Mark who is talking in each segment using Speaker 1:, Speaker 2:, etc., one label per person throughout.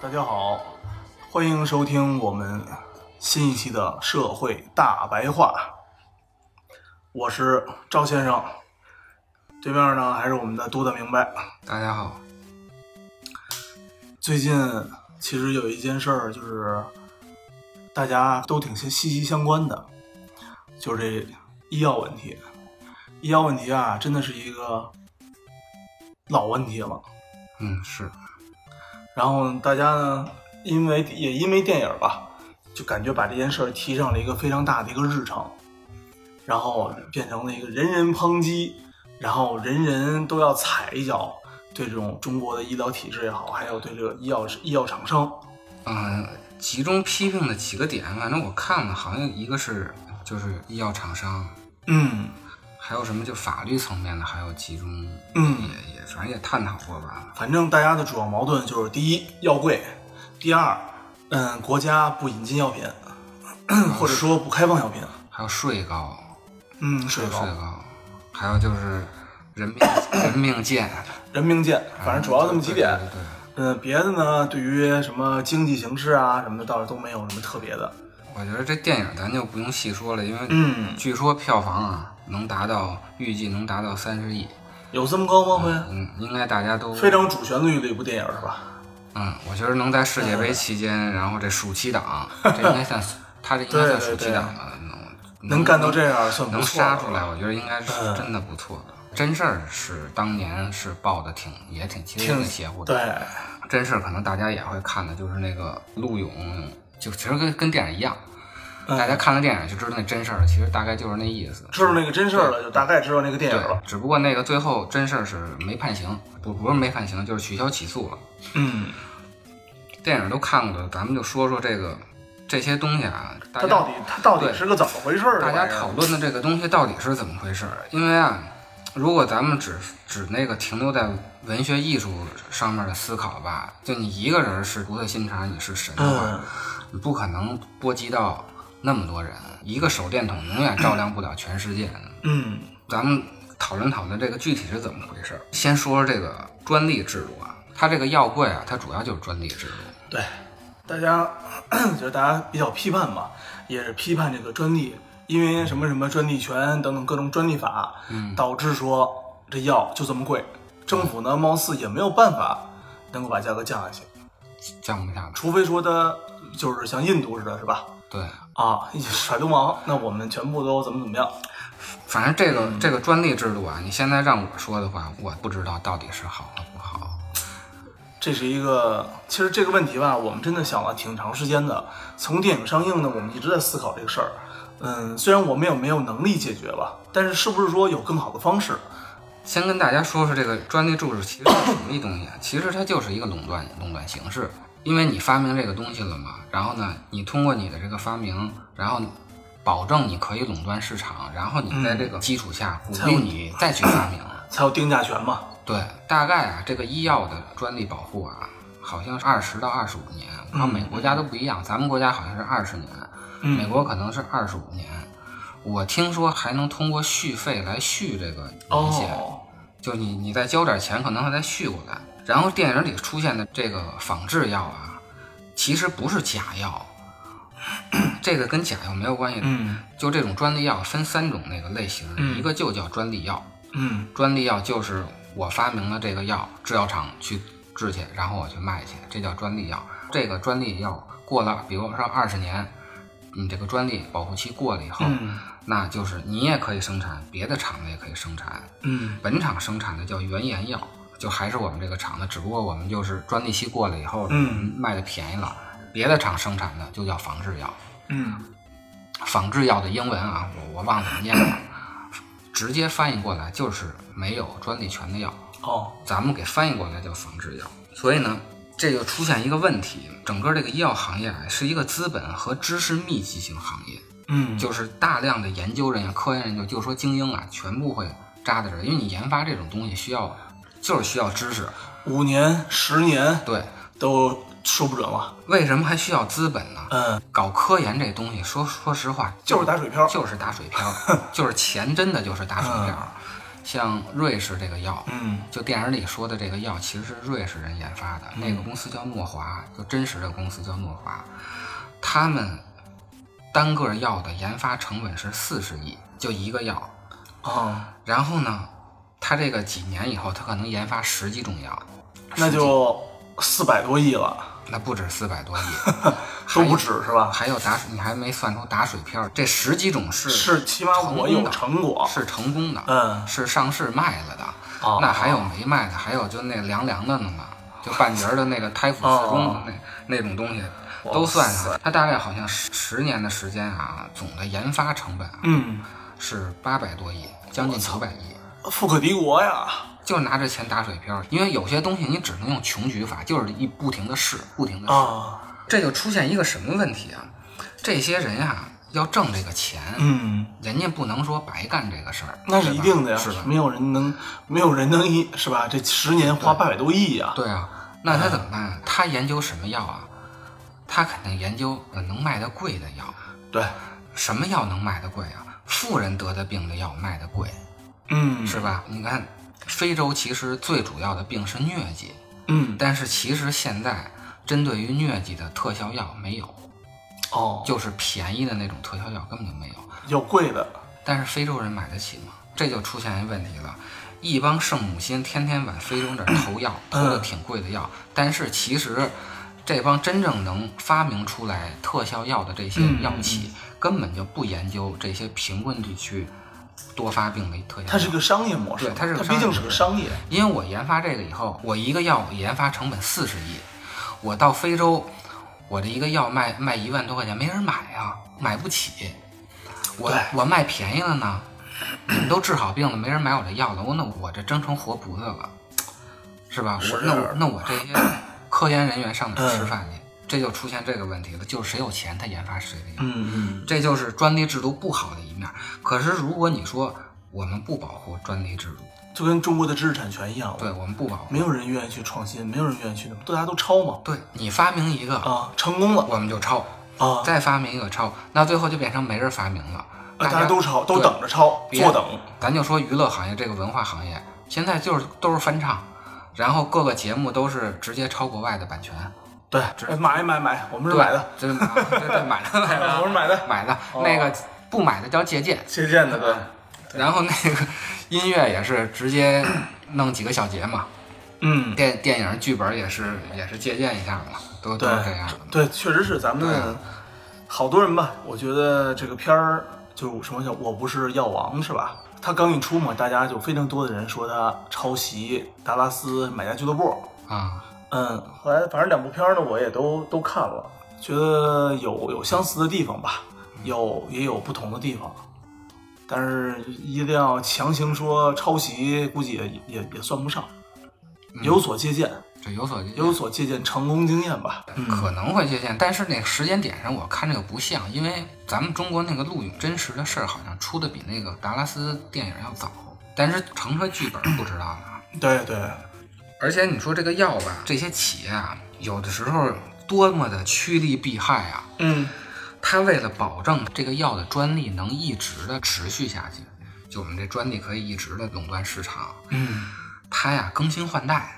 Speaker 1: 大家好，欢迎收听我们新一期的《社会大白话》，我是赵先生，对面呢还是我们的读得明白。
Speaker 2: 大家好，
Speaker 1: 最近其实有一件事儿，就是大家都挺息息相关的，就是这医药问题。医药问题啊，真的是一个老问题了。
Speaker 2: 嗯，是，
Speaker 1: 然后大家呢，因为也因为电影吧，就感觉把这件事儿提上了一个非常大的一个日程，然后变成了一个人人抨击，然后人人都要踩一脚，对这种中国的医疗体制也好，还有对这个医药医药厂商，
Speaker 2: 嗯，集中批评的几个点，反正我看了，好像一个是就是医药厂商，
Speaker 1: 嗯
Speaker 2: 还有什么就法律层面的，还有集中，
Speaker 1: 嗯，
Speaker 2: 也也反正也探讨过吧，
Speaker 1: 反正大家的主要矛盾就是：第一，药贵；第二，嗯，国家不引进药品， 或者说不开放药品，
Speaker 2: 还有税高，
Speaker 1: 嗯，税
Speaker 2: 税
Speaker 1: 高。
Speaker 2: 高，还有就是人命人命贱，
Speaker 1: 人命贱，反正主要这么几点。
Speaker 2: 对对对
Speaker 1: 嗯，别的呢，对于什么经济形势啊什么的，倒是都没有什么特别的。
Speaker 2: 我觉得这电影咱就不用细说了，因为
Speaker 1: 嗯，
Speaker 2: 据说票房啊能达到预计能达到三十亿，
Speaker 1: 有这么高吗？会、
Speaker 2: 嗯，应该大家都
Speaker 1: 非常主旋律的一部电影是吧？
Speaker 2: 嗯，我觉得能在世界杯期
Speaker 1: 嗯
Speaker 2: 间，然后这暑期档，这 应该算他这应该算暑期档了，能
Speaker 1: 能干到这样算不
Speaker 2: 能
Speaker 1: 错了嗯
Speaker 2: 杀出来，我觉得应该是真的不错的。真事儿是当年是报的挺也挺其实也挺邪乎的，
Speaker 1: 对，
Speaker 2: 真事儿可能大家也会看的，就是那个陆勇，就其实跟跟电影一样，
Speaker 1: 嗯
Speaker 2: 大家看了电影就知道那真事儿，其实大概就是那意思。
Speaker 1: 知道那个真事儿了，就大概知道那个电影
Speaker 2: 对
Speaker 1: 了，。
Speaker 2: 只不过那个最后真事儿是没判刑，不不是没判刑，就是取消起诉了。
Speaker 1: 嗯，
Speaker 2: 电影都看过了，咱们就说说这个这些东西啊，大
Speaker 1: 它
Speaker 2: 家
Speaker 1: 到底它到底
Speaker 2: 对
Speaker 1: 是个怎么回事儿？啊
Speaker 2: 大家讨论的这个东西到底是怎么回事儿？因为啊，如果咱们只只那个停留在文学艺术上面的思考吧，就你一个人是独特心肠，你是神的话，
Speaker 1: 嗯
Speaker 2: 你不可能波及到那么多人。一个手电筒永远照亮不了全世界。
Speaker 1: 嗯
Speaker 2: 咱们讨论讨论这个具体是怎么回事儿。先说说这个专利制度啊，它这个药柜啊，它主要就是专利制度。
Speaker 1: 对，大家 就是大家比较批判嘛，也是批判这个专利，因为什么什么专利权等等各种专利法，导致说这药就这么贵，政府呢貌似也没有办法能够把价格降下去，
Speaker 2: 降不下去，
Speaker 1: 除非说它就是像印度似的，是吧？
Speaker 2: 对，
Speaker 1: 啊，耍流氓，那我们全部都怎么怎么样？
Speaker 2: 反正这个、这个专利制度啊，你现在让我说的话，我不知道到底是好和不好。
Speaker 1: 这是一个，其实这个问题吧，我们真的想了挺长时间的。从电影上映呢，我们一直在思考这个事儿。嗯，虽然我们也没有能力解决吧，但是是不是说有更好的方式？
Speaker 2: 先跟大家说说这个专利制度其实是什么一东西啊？其实它就是一个垄断垄断形式，因为你发明这个东西了嘛，然后呢，你通过你的这个发明，然后保证你可以垄断市场，然后你在这个基础下鼓励你再去发明。啊
Speaker 1: 才有定价权嘛。
Speaker 2: 对，大概啊，这个医药的专利保护啊，好像是二十到二十五年，然
Speaker 1: 嗯
Speaker 2: 后每个国家都不一样，咱们国家好像是二十年，美国可能是二十五年。我听说还能通过续费来续这个年限，
Speaker 1: 哦，
Speaker 2: 就你你再交点钱，可能还再续过来。然后电影里出现的这个仿制药啊，其实不是假 药，这个跟假药没有关系。
Speaker 1: 嗯
Speaker 2: 就这种专利药分三种那个类型，
Speaker 1: 嗯
Speaker 2: 一个就叫专利药，
Speaker 1: 嗯
Speaker 2: 专利药就是我发明了这个药，制药厂去制去，然后我去卖去，这叫专利药。这个专利药过了，比如说二十年，你这个专利保护期过了以后，
Speaker 1: 嗯
Speaker 2: 那就是你也可以生产，别的厂子也可以生产。
Speaker 1: 嗯
Speaker 2: 本厂生产的叫原研药，就还是我们这个厂的，只不过我们就是专利期过了以后，
Speaker 1: 嗯
Speaker 2: 卖的便宜了，别的厂生产的就叫仿制药，
Speaker 1: 嗯
Speaker 2: 仿制药的英文啊，我我忘了怎么念了，直接翻译过来就是没有专利权的药，
Speaker 1: 哦
Speaker 2: 咱们给翻译过来叫仿制药。所以呢，这就出现一个问题，整个这个医药行业啊是一个资本和知识密集型行业，
Speaker 1: 嗯
Speaker 2: 就是大量的研究人员、科研研究，就说精英啊，全部会扎在这儿，因为你研发这种东西需要，啊就是需要知识。
Speaker 1: 五年十年
Speaker 2: 对，
Speaker 1: 都说不准了。
Speaker 2: 为什么还需要资本呢？
Speaker 1: 嗯，
Speaker 2: 搞科研这东西，说说实话，
Speaker 1: 就是打水漂。
Speaker 2: 就是打水漂，就是钱真的就是打水漂。像瑞士这个药，
Speaker 1: 嗯
Speaker 2: 就电影里说的这个药，其实是瑞士人研发的，那个公司叫诺华，就真实的公司叫诺华，他们单个药的研发成本是四十亿，就一个药。
Speaker 1: 啊，
Speaker 2: 然后呢，他这个几年以后，他可能研发十几种药，
Speaker 1: 那就四百多亿了，
Speaker 2: 那不止四百多亿，
Speaker 1: 都不止是吧？
Speaker 2: 还有打水，你还没算出打水漂，这十几种是
Speaker 1: 是，起码我有成果。
Speaker 2: 是成功的，
Speaker 1: 哦嗯
Speaker 2: 是上市卖了的。
Speaker 1: 哦
Speaker 2: 那还有没卖的，还有就那凉凉的呢嘛，就半截儿的那个胎腹四中的那、那种东西都算上
Speaker 1: 哦哇塞，
Speaker 2: 它大概好像十十年的时间啊，总的研发成本啊、
Speaker 1: 嗯，
Speaker 2: 是八百多亿，将近九百亿。
Speaker 1: 富可敌国呀。
Speaker 2: 就拿这钱打水漂，因为有些东西你只能用穷举法，就是一不停的试，不停的试，
Speaker 1: 啊，
Speaker 2: 这就出现一个什么问题啊？这些人啊要挣这个钱，
Speaker 1: 嗯，
Speaker 2: 人家不能说白干这个事儿，
Speaker 1: 那是一定的呀
Speaker 2: 是吧？，
Speaker 1: 没有人能，没有人能一是吧？这十年花八百多亿呀。
Speaker 2: 对啊，那他怎么办啊？他研究什么药啊？他肯定研究呃能卖得贵的药。
Speaker 1: 对，
Speaker 2: 什么药能卖得贵啊？富人得的病的药卖得贵，
Speaker 1: 嗯，
Speaker 2: 是吧？你看，非洲其实最主要的病是疟疾，
Speaker 1: 嗯，
Speaker 2: 但是其实现在针对于疟疾的特效药没有，
Speaker 1: 哦，
Speaker 2: 就是便宜的那种特效药根本就没有。
Speaker 1: 有贵的，
Speaker 2: 但是非洲人买得起吗？这就出现一问题了。一帮圣母心天天往非洲这儿投 药，投的挺贵的药，但是其实这帮真正能发明出来特效药的这些
Speaker 1: 嗯
Speaker 2: 药企，根本就不研究这些贫困地区多发病的特效药。
Speaker 1: 它是个商业模式，
Speaker 2: 对它是个
Speaker 1: 毕竟是个商业。
Speaker 2: 因为我研发这个以后，我一个药研发成本四十亿，我到非洲，我这一个药卖卖一万多块钱，没人买啊，买不起。我
Speaker 1: 对
Speaker 2: 我卖便宜了呢，你们都治好病了，没人买我这药了，我那我这真成活菩萨了，是吧？我
Speaker 1: 是
Speaker 2: 那我那我这 些科研人员上哪儿吃
Speaker 1: 嗯
Speaker 2: 饭去？这就出现这个问题了，就是谁有钱他研发谁的药。
Speaker 1: 嗯
Speaker 2: 这就是专利制度不好的一面。可是如果你说我们不保护专利制度，
Speaker 1: 嗯，就跟中国的知识产权一样，
Speaker 2: 对，我们不保护
Speaker 1: 没，有人愿意去创新，没有人愿意去那么，大家都抄嘛。
Speaker 2: 对你发明一个，
Speaker 1: 啊，成功了
Speaker 2: 我们就抄，
Speaker 1: 啊，
Speaker 2: 再发明一个抄，那最后就变成没人发明了，
Speaker 1: 大家都抄，都等。着抄，
Speaker 2: 别
Speaker 1: 坐等。
Speaker 2: 对咱就说娱乐行业这个文化行业，现在就是都是翻唱，然后各个节目都是直接抄国外的版权。
Speaker 1: 对
Speaker 2: 只，
Speaker 1: 哎买买买，我们是
Speaker 2: 对
Speaker 1: 买的，，
Speaker 2: 这是买的，对对买的买的，
Speaker 1: 我是买的
Speaker 2: 买的
Speaker 1: 哦
Speaker 2: 那个不买的叫借鉴，
Speaker 1: 借鉴的，对，
Speaker 2: 然后那个音乐也是直接弄几个小 节嘛，
Speaker 1: 嗯，
Speaker 2: 电电影剧本也是也是借鉴一下嘛，都都
Speaker 1: 对
Speaker 2: 是这样的嘛。
Speaker 1: 对，确实是咱们好多人吧，我觉得这个片儿就什么叫我不是药王是吧？他刚一出嘛，大家就非常多的人说他抄袭达拉斯买家俱乐部，
Speaker 2: 啊，
Speaker 1: 嗯，后来反正两部片儿呢，我也都都看了，觉得有有相似的地方吧，有也有不同的地方，但是一定要强行说抄袭，估计也也也算不上，有所借鉴，
Speaker 2: 这有所
Speaker 1: 有所借鉴成功经验吧。嗯
Speaker 2: 可能会借鉴，但是那个时间点上，我看这个不像，因为咱们中国那个录影真实的事儿好像出的比那个达拉斯电影要早，但是成车剧本不知道了。
Speaker 1: 对对，
Speaker 2: 而且你说这个药吧，这些企业啊，有的时候多么的趋利避害啊，
Speaker 1: 嗯，
Speaker 2: 它为了保证这个药的专利能一直的持续下去，就我们这专利可以一直的垄断市场，
Speaker 1: 嗯，
Speaker 2: 它呀更新换代，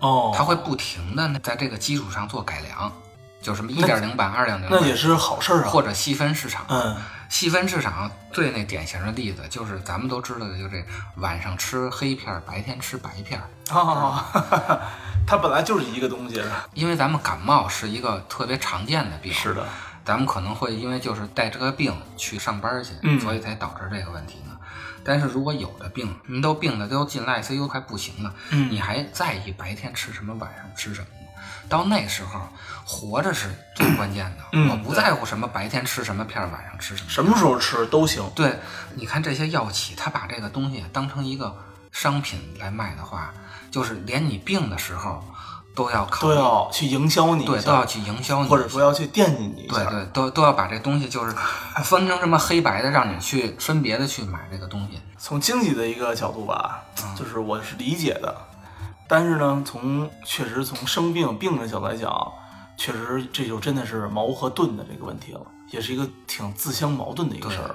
Speaker 1: 哦，
Speaker 2: 它会不停的在这个基础上做改良，就什么一点零版、二点零版，
Speaker 1: 那也是好事儿啊。
Speaker 2: 或者细分市场。
Speaker 1: 嗯，
Speaker 2: 细分市场最那典型的例子就是咱们都知道的，就这晚上吃黑片儿，白天吃白片儿。
Speaker 1: 好好 好，哦它本来就是一个东西。
Speaker 2: 因为咱们感冒是一个特别常见的病，
Speaker 1: 是的，
Speaker 2: 咱们可能会因为就是带这个病去上班去，
Speaker 1: 嗯
Speaker 2: 所以才导致这个问题呢。但是如果有的病，您都病的都进了 ICU 快不行了，
Speaker 1: 嗯
Speaker 2: 你还在意白天吃什么，晚上吃什么吗？到那时候，活着是最关键的。
Speaker 1: 嗯
Speaker 2: 我不在乎什么白天吃什么片儿，晚上吃什么片儿。
Speaker 1: 什么时候吃都行。
Speaker 2: 对，你看这些药企，他把这个东西当成一个商品来卖的话，就是连你病的时候都要考
Speaker 1: 都
Speaker 2: 虑，
Speaker 1: 要去营销你一
Speaker 2: 啊对，都要
Speaker 1: 下，
Speaker 2: 去营销你，
Speaker 1: 或者说要去惦记你一
Speaker 2: 对
Speaker 1: 下。
Speaker 2: 对，都都要把这东 西就是分成什么黑白的，让你去分别的去买这个东西。
Speaker 1: 从经济的一个角度吧，
Speaker 2: 嗯
Speaker 1: 就是我是理解的，但是呢，从确实从生病病的角度来讲，确实这就真的是矛和盾的这个问题了，也是一个挺自相矛盾的一个
Speaker 2: 对
Speaker 1: 事儿。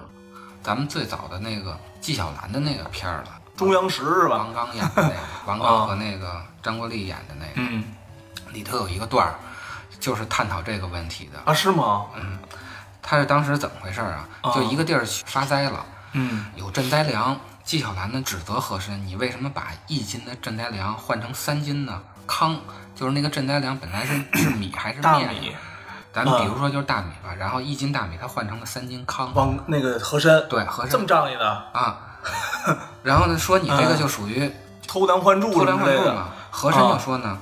Speaker 2: 咱们最早的那个纪晓岚的那个片儿了，
Speaker 1: 中央十是吧？
Speaker 2: 王刚演的那个，王刚和那个张国立演的那个，
Speaker 1: 嗯
Speaker 2: 里头有一个段儿，就是探讨这个问题的。
Speaker 1: 啊，是吗？
Speaker 2: 他是当时怎么回事儿啊？就
Speaker 1: 啊
Speaker 2: 一个地儿发灾了。
Speaker 1: 嗯
Speaker 2: 有赈灾粮。纪晓岚呢指责和珅，你为什么把一斤的赈灾粮换成三斤呢？糠就是那个赈灾粮本来是是米还是
Speaker 1: 大
Speaker 2: 面？
Speaker 1: 米，嗯
Speaker 2: 咱们比如说就是大米吧，然后一斤大米它换成了三斤糠。
Speaker 1: 往那个和珅，
Speaker 2: 对，和
Speaker 1: 这么嗯
Speaker 2: 珅
Speaker 1: 仗义的，
Speaker 2: 啊。 然后呢，说你这个就属于
Speaker 1: 偷梁换柱
Speaker 2: 偷
Speaker 1: 什
Speaker 2: 梁
Speaker 1: 么
Speaker 2: 换
Speaker 1: 之类
Speaker 2: 柱
Speaker 1: 的
Speaker 2: 嘛。。和珅
Speaker 1: 啊
Speaker 2: 就说呢，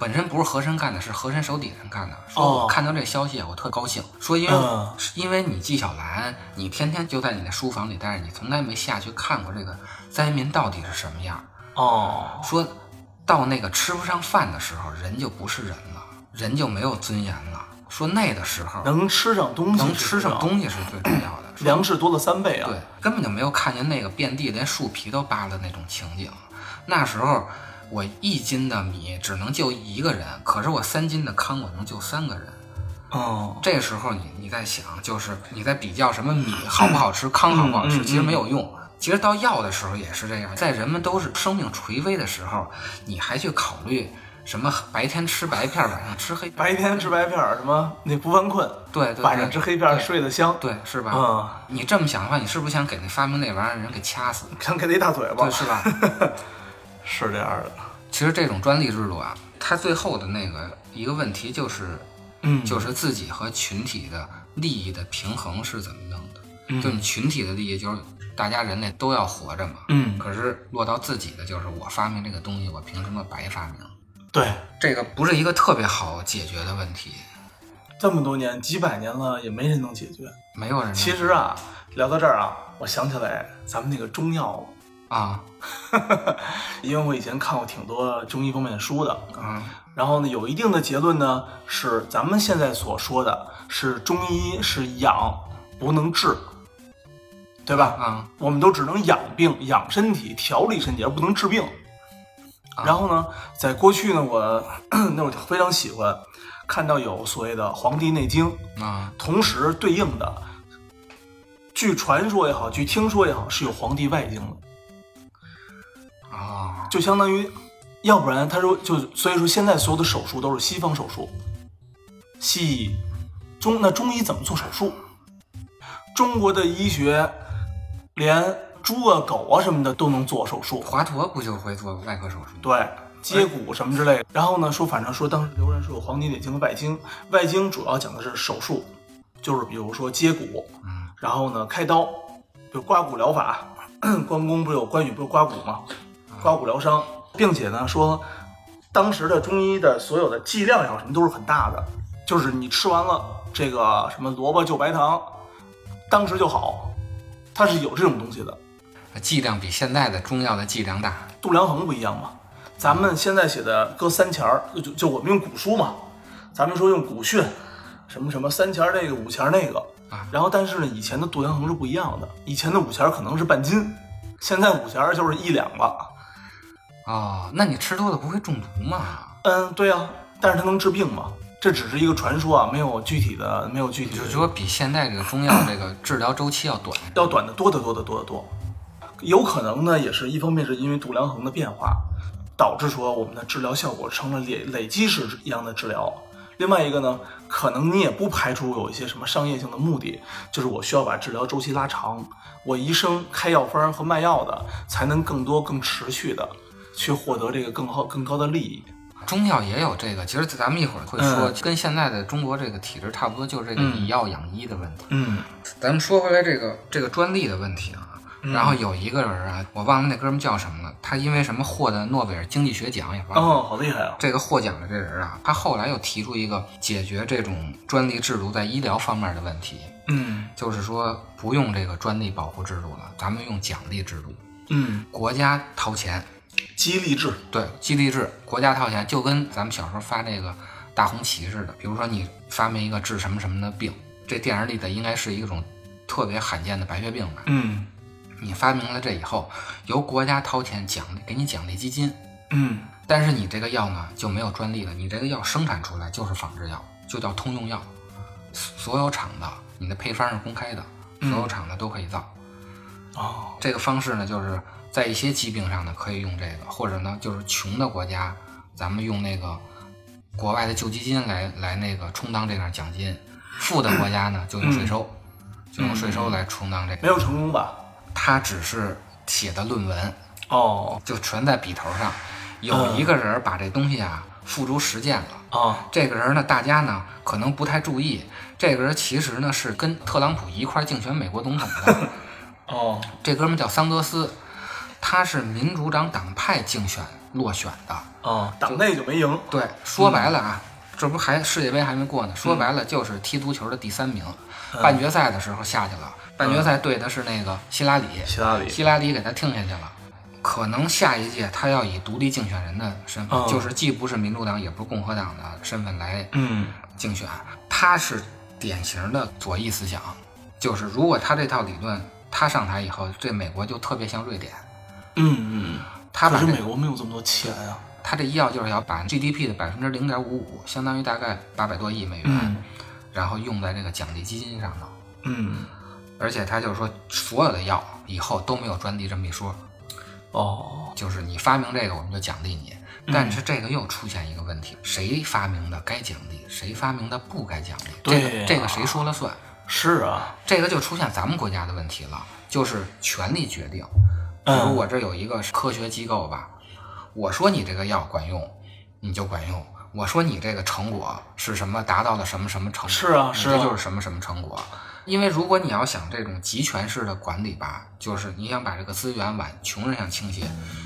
Speaker 2: 本身不是和珅干的，是和珅手底下人干的。
Speaker 1: 哦
Speaker 2: 说我看到这消息，啊我特高兴。说因为、
Speaker 1: 嗯
Speaker 2: 因为你纪晓岚，你天天就在你的书房里待着，你从来没下去看过这个灾民到底是什么样。
Speaker 1: 哦，
Speaker 2: 说到那个吃不上饭的时候，人就不是人了，人就没有尊严了。说那个时候
Speaker 1: 能吃上东西，
Speaker 2: 能吃上，东西是最重要的。
Speaker 1: 粮食多了三倍啊。
Speaker 2: 对，根本就没有看见那个遍地连树皮都扒了那种情景。那时候我一斤的米只能救一个人，可是我三斤的糠我能救三个人。
Speaker 1: 哦，
Speaker 2: 这时候你你在想，就是你在比较什么米好不好吃，糠好不好
Speaker 1: 嗯嗯
Speaker 2: 吃，
Speaker 1: 嗯
Speaker 2: 其实没有用。其实到药的时候也是这样，在人们都是生命垂危的时候，你还去考虑什么白天吃白片儿，晚上吃黑片儿
Speaker 1: 白天吃白片儿，什么那不犯困，
Speaker 2: 对对对
Speaker 1: 晚上吃黑片儿睡得香。
Speaker 2: 对是吧？
Speaker 1: 嗯，
Speaker 2: 你这么想的话，你是不是想给那发明那玩意儿的人给掐死？
Speaker 1: 想给他一大嘴巴
Speaker 2: 对，，是吧？
Speaker 1: 是这样的。
Speaker 2: 其实这种专利制度啊，它最后的那个一个问题就是，
Speaker 1: 嗯
Speaker 2: 就是自己和群体的利益的平衡是怎么弄的？
Speaker 1: 嗯
Speaker 2: 就你群体的利益就是大家人类都要活着嘛。
Speaker 1: 嗯，
Speaker 2: 可是落到自己的就是我发明这个东西，我凭什么白发明？
Speaker 1: 对，
Speaker 2: 这个不是一个特别好解决的问题，
Speaker 1: 这么多年几百年了，也没人能解决。
Speaker 2: 没有人能
Speaker 1: 其实啊，聊到这儿啊，我想起来咱们那个中药了，
Speaker 2: 啊
Speaker 1: 因为我以前看过挺多中医方面的书的。
Speaker 2: 啊
Speaker 1: 然后呢，有一定的结论呢，是咱们现在所说的是中医是养不能治，对吧？
Speaker 2: 啊
Speaker 1: 我们都只能养病、养身体、调理身体，而不能治病。
Speaker 2: 啊
Speaker 1: 然后呢，在过去呢，我 那会儿非常喜欢看到有所谓的《黄帝内经》，
Speaker 2: 啊
Speaker 1: 同时对应的，据传说也好，据听说也好，是有《黄帝外经》的，
Speaker 2: 啊！
Speaker 1: 就相当于，要不然他说就所以说现在所有的手术都是西方手术，西医中那中医怎么做手术？中国的医学连猪啊、狗啊什么的都能做手术，
Speaker 2: 华佗不就会做外科手术？
Speaker 1: 对，接骨什么之类的。然后呢，说反正说当时刘仁说有黄金内经和外经，外经主要讲的是手术，就是比如说接骨，
Speaker 2: 嗯
Speaker 1: 然后呢开刀，比如刮骨疗法， 关公不是有关羽不是刮骨吗？刮骨疗伤，并且呢说当时的中医的所有的剂量也好什么都是很大的，就是你吃完了这个什么萝卜就白糖，当时就好，它是有这种东西的。
Speaker 2: 剂量比现在的中药的剂量大。
Speaker 1: 度量衡不一样嘛。咱们现在写的搁三钱儿，就就就我们用古书嘛，咱们说用古训，什么什么三钱儿这个五钱儿那个
Speaker 2: 啊，
Speaker 1: 然后但是呢，以前的度量衡是不一样的，以前的五钱儿可能是半斤，现在五钱儿就是一两了。
Speaker 2: 哦，那你吃多了不会中毒吗？
Speaker 1: 嗯，对啊，但是它能治病吗？这只是一个传说啊，没有具体的，没有具
Speaker 2: 也
Speaker 1: 体
Speaker 2: 就是
Speaker 1: 的，
Speaker 2: 说，比现在这个中药 这个治疗周期要短。
Speaker 1: 要短的多得多得多得多。有可能呢，也是一方面是因为度量衡的变化，导致说我们的治疗效果成了累累积式一样的治疗。另外一个呢，可能你也不排除有一些什么商业性的目的，就是我需要把治疗周期拉长，我医生开药方和卖药的才能更多、更持续的去获得这个更好、更高的利益。
Speaker 2: 啊中药也有这个，其实咱们一会儿会说，
Speaker 1: 嗯
Speaker 2: 跟现在的中国这个体制差不多，就是这个
Speaker 1: 嗯
Speaker 2: 以药养医的问题。
Speaker 1: 嗯
Speaker 2: 咱们说回来这个这个专利的问题啊，
Speaker 1: 嗯
Speaker 2: 然后有一个人啊，我忘了那哥们叫什么了，他因为什么获得诺贝尔经济学奖也忘了。
Speaker 1: 哦，好厉害啊！
Speaker 2: 这个获奖的这人啊，他后来又提出一个解决这种专利制度在医疗方面的问题，
Speaker 1: 嗯
Speaker 2: 就是说不用这个专利保护制度了，咱们用奖励制度，
Speaker 1: 嗯，
Speaker 2: 国家掏钱，
Speaker 1: 激励制，
Speaker 2: 对，激励制，国家掏钱，就跟咱们小时候发这个大红旗似的。比如说你发明一个治什么什么的病，这电影里的应该是一种特别罕见的白血病吧？
Speaker 1: 嗯
Speaker 2: 你发明了这以后，由国家掏钱奖励，给你奖励基金。
Speaker 1: 嗯
Speaker 2: 但是你这个药呢就没有专利了，你这个药生产出来就是仿制药，就叫通用药，所所有厂子你的配方是公开的，所有厂子都可以造。
Speaker 1: 哦，
Speaker 2: 这个方式呢，就是在一些疾病上呢可以用这个，或者呢就是穷的国家，咱们用那个国外的救济金来来那个充当这样奖金；富的国家呢就用税收，就用税收来充当这
Speaker 1: 没
Speaker 2: 个。
Speaker 1: 有成功吧？
Speaker 2: 他只是写的论文，
Speaker 1: 哦
Speaker 2: 就全在笔头上。有一个人把这东西啊付诸实践了。
Speaker 1: 啊
Speaker 2: 这个人呢，大家呢可能不太注意，这个人其实呢是跟特朗普一块儿竞选美国总统的。
Speaker 1: 哦
Speaker 2: 这哥们叫桑德斯，他是民主党党派竞选落选的。
Speaker 1: 哦，党内就没赢。
Speaker 2: 对，说白了啊，
Speaker 1: 嗯
Speaker 2: 这不还世界杯还没过呢，说白了就是踢足球的第三名，
Speaker 1: 嗯
Speaker 2: 半决赛的时候下去了，半决赛对的是那个希拉里，
Speaker 1: 希拉里
Speaker 2: 希拉里给他听下去了。可能下一届他要以独立竞选人的身份，
Speaker 1: 嗯
Speaker 2: 就是既不是民主党也不是共和党的身份来
Speaker 1: 嗯
Speaker 2: 竞选，他是典型的左翼思想，就是如果他这套理论他上台以后，这美国就特别像瑞典，
Speaker 1: 嗯嗯，
Speaker 2: 他
Speaker 1: 可
Speaker 2: 把
Speaker 1: 是
Speaker 2: 这
Speaker 1: 美国没有这么多钱啊。
Speaker 2: 他这医药就是要把 GDP 的百分之零点五五，相当于大概八百多亿美元，
Speaker 1: 嗯
Speaker 2: 然后用在这个奖励基金上头，
Speaker 1: 嗯
Speaker 2: 而且他就是说所有的药以后都没有专利这么一说，
Speaker 1: 哦
Speaker 2: 就是你发明这个我们就奖励你。
Speaker 1: 嗯
Speaker 2: 但是这个又出现一个问题，谁发明的该奖励，谁发明的不该奖励，这
Speaker 1: 对啊
Speaker 2: 个
Speaker 1: 呀
Speaker 2: 这个谁说了算？
Speaker 1: 是啊，
Speaker 2: 这个就出现咱们国家的问题了，就是权力决定。比
Speaker 1: 嗯
Speaker 2: 如我这有一个科学机构吧，我说你这个药管用，你就管用；我说你这个成果是什么，达到了什么什么成果，
Speaker 1: 是啊
Speaker 2: 你
Speaker 1: 是啊
Speaker 2: 这就是什么什么成果。因为如果你要想这种集权式的管理吧，就是你想把这个资源往穷人上倾斜，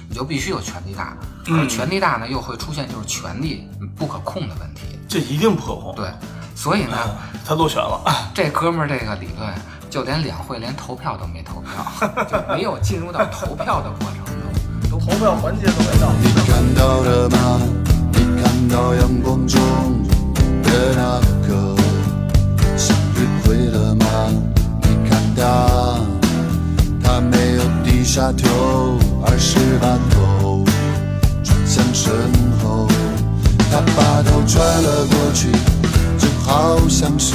Speaker 2: 你就必须有权力大，而
Speaker 1: 嗯
Speaker 2: 权力大呢又会出现就是权力不可控的问题。
Speaker 1: 这一定不可控。
Speaker 2: 对，所以呢，
Speaker 1: 嗯，他落选了。
Speaker 2: 这哥们儿这个理论，就连两会连投票都没投票，就没有进入到投票的过程中，都
Speaker 1: 投票环节都没到。
Speaker 3: 你看到了吗？你看到阳光中的那个向日葵了吗？你看它，它没有低下头，而是把头转向身后。它把头转了过去，就好像是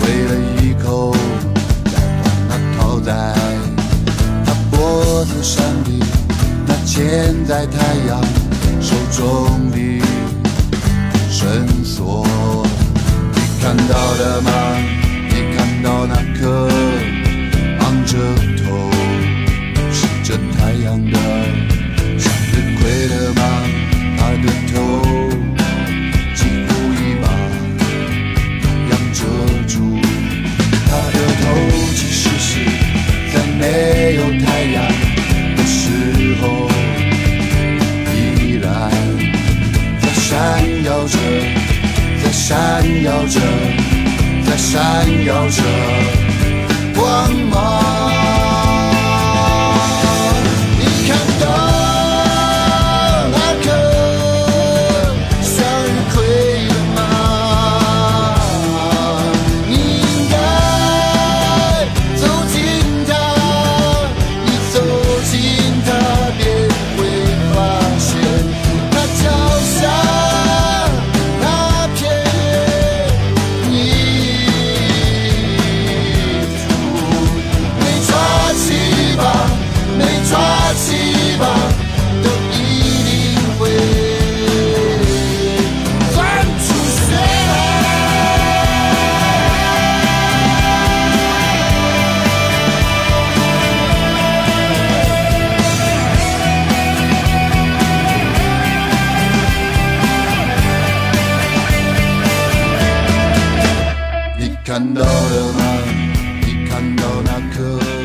Speaker 3: 为了一口咬断那套带。他脖子上的那嵌在太阳手中的绳索，你看到了吗？你看到那颗昂着头吸着太阳的向日葵了吗？它的头几乎已把阳遮住。他的头其实是在没有太阳的时候，依然在闪耀着，在闪耀着，在闪耀着光芒。你看到那颗向日葵了吗？你应该走近它，你走近它便会发现，它脚下那片泥土。看到了吗？你看到那颗？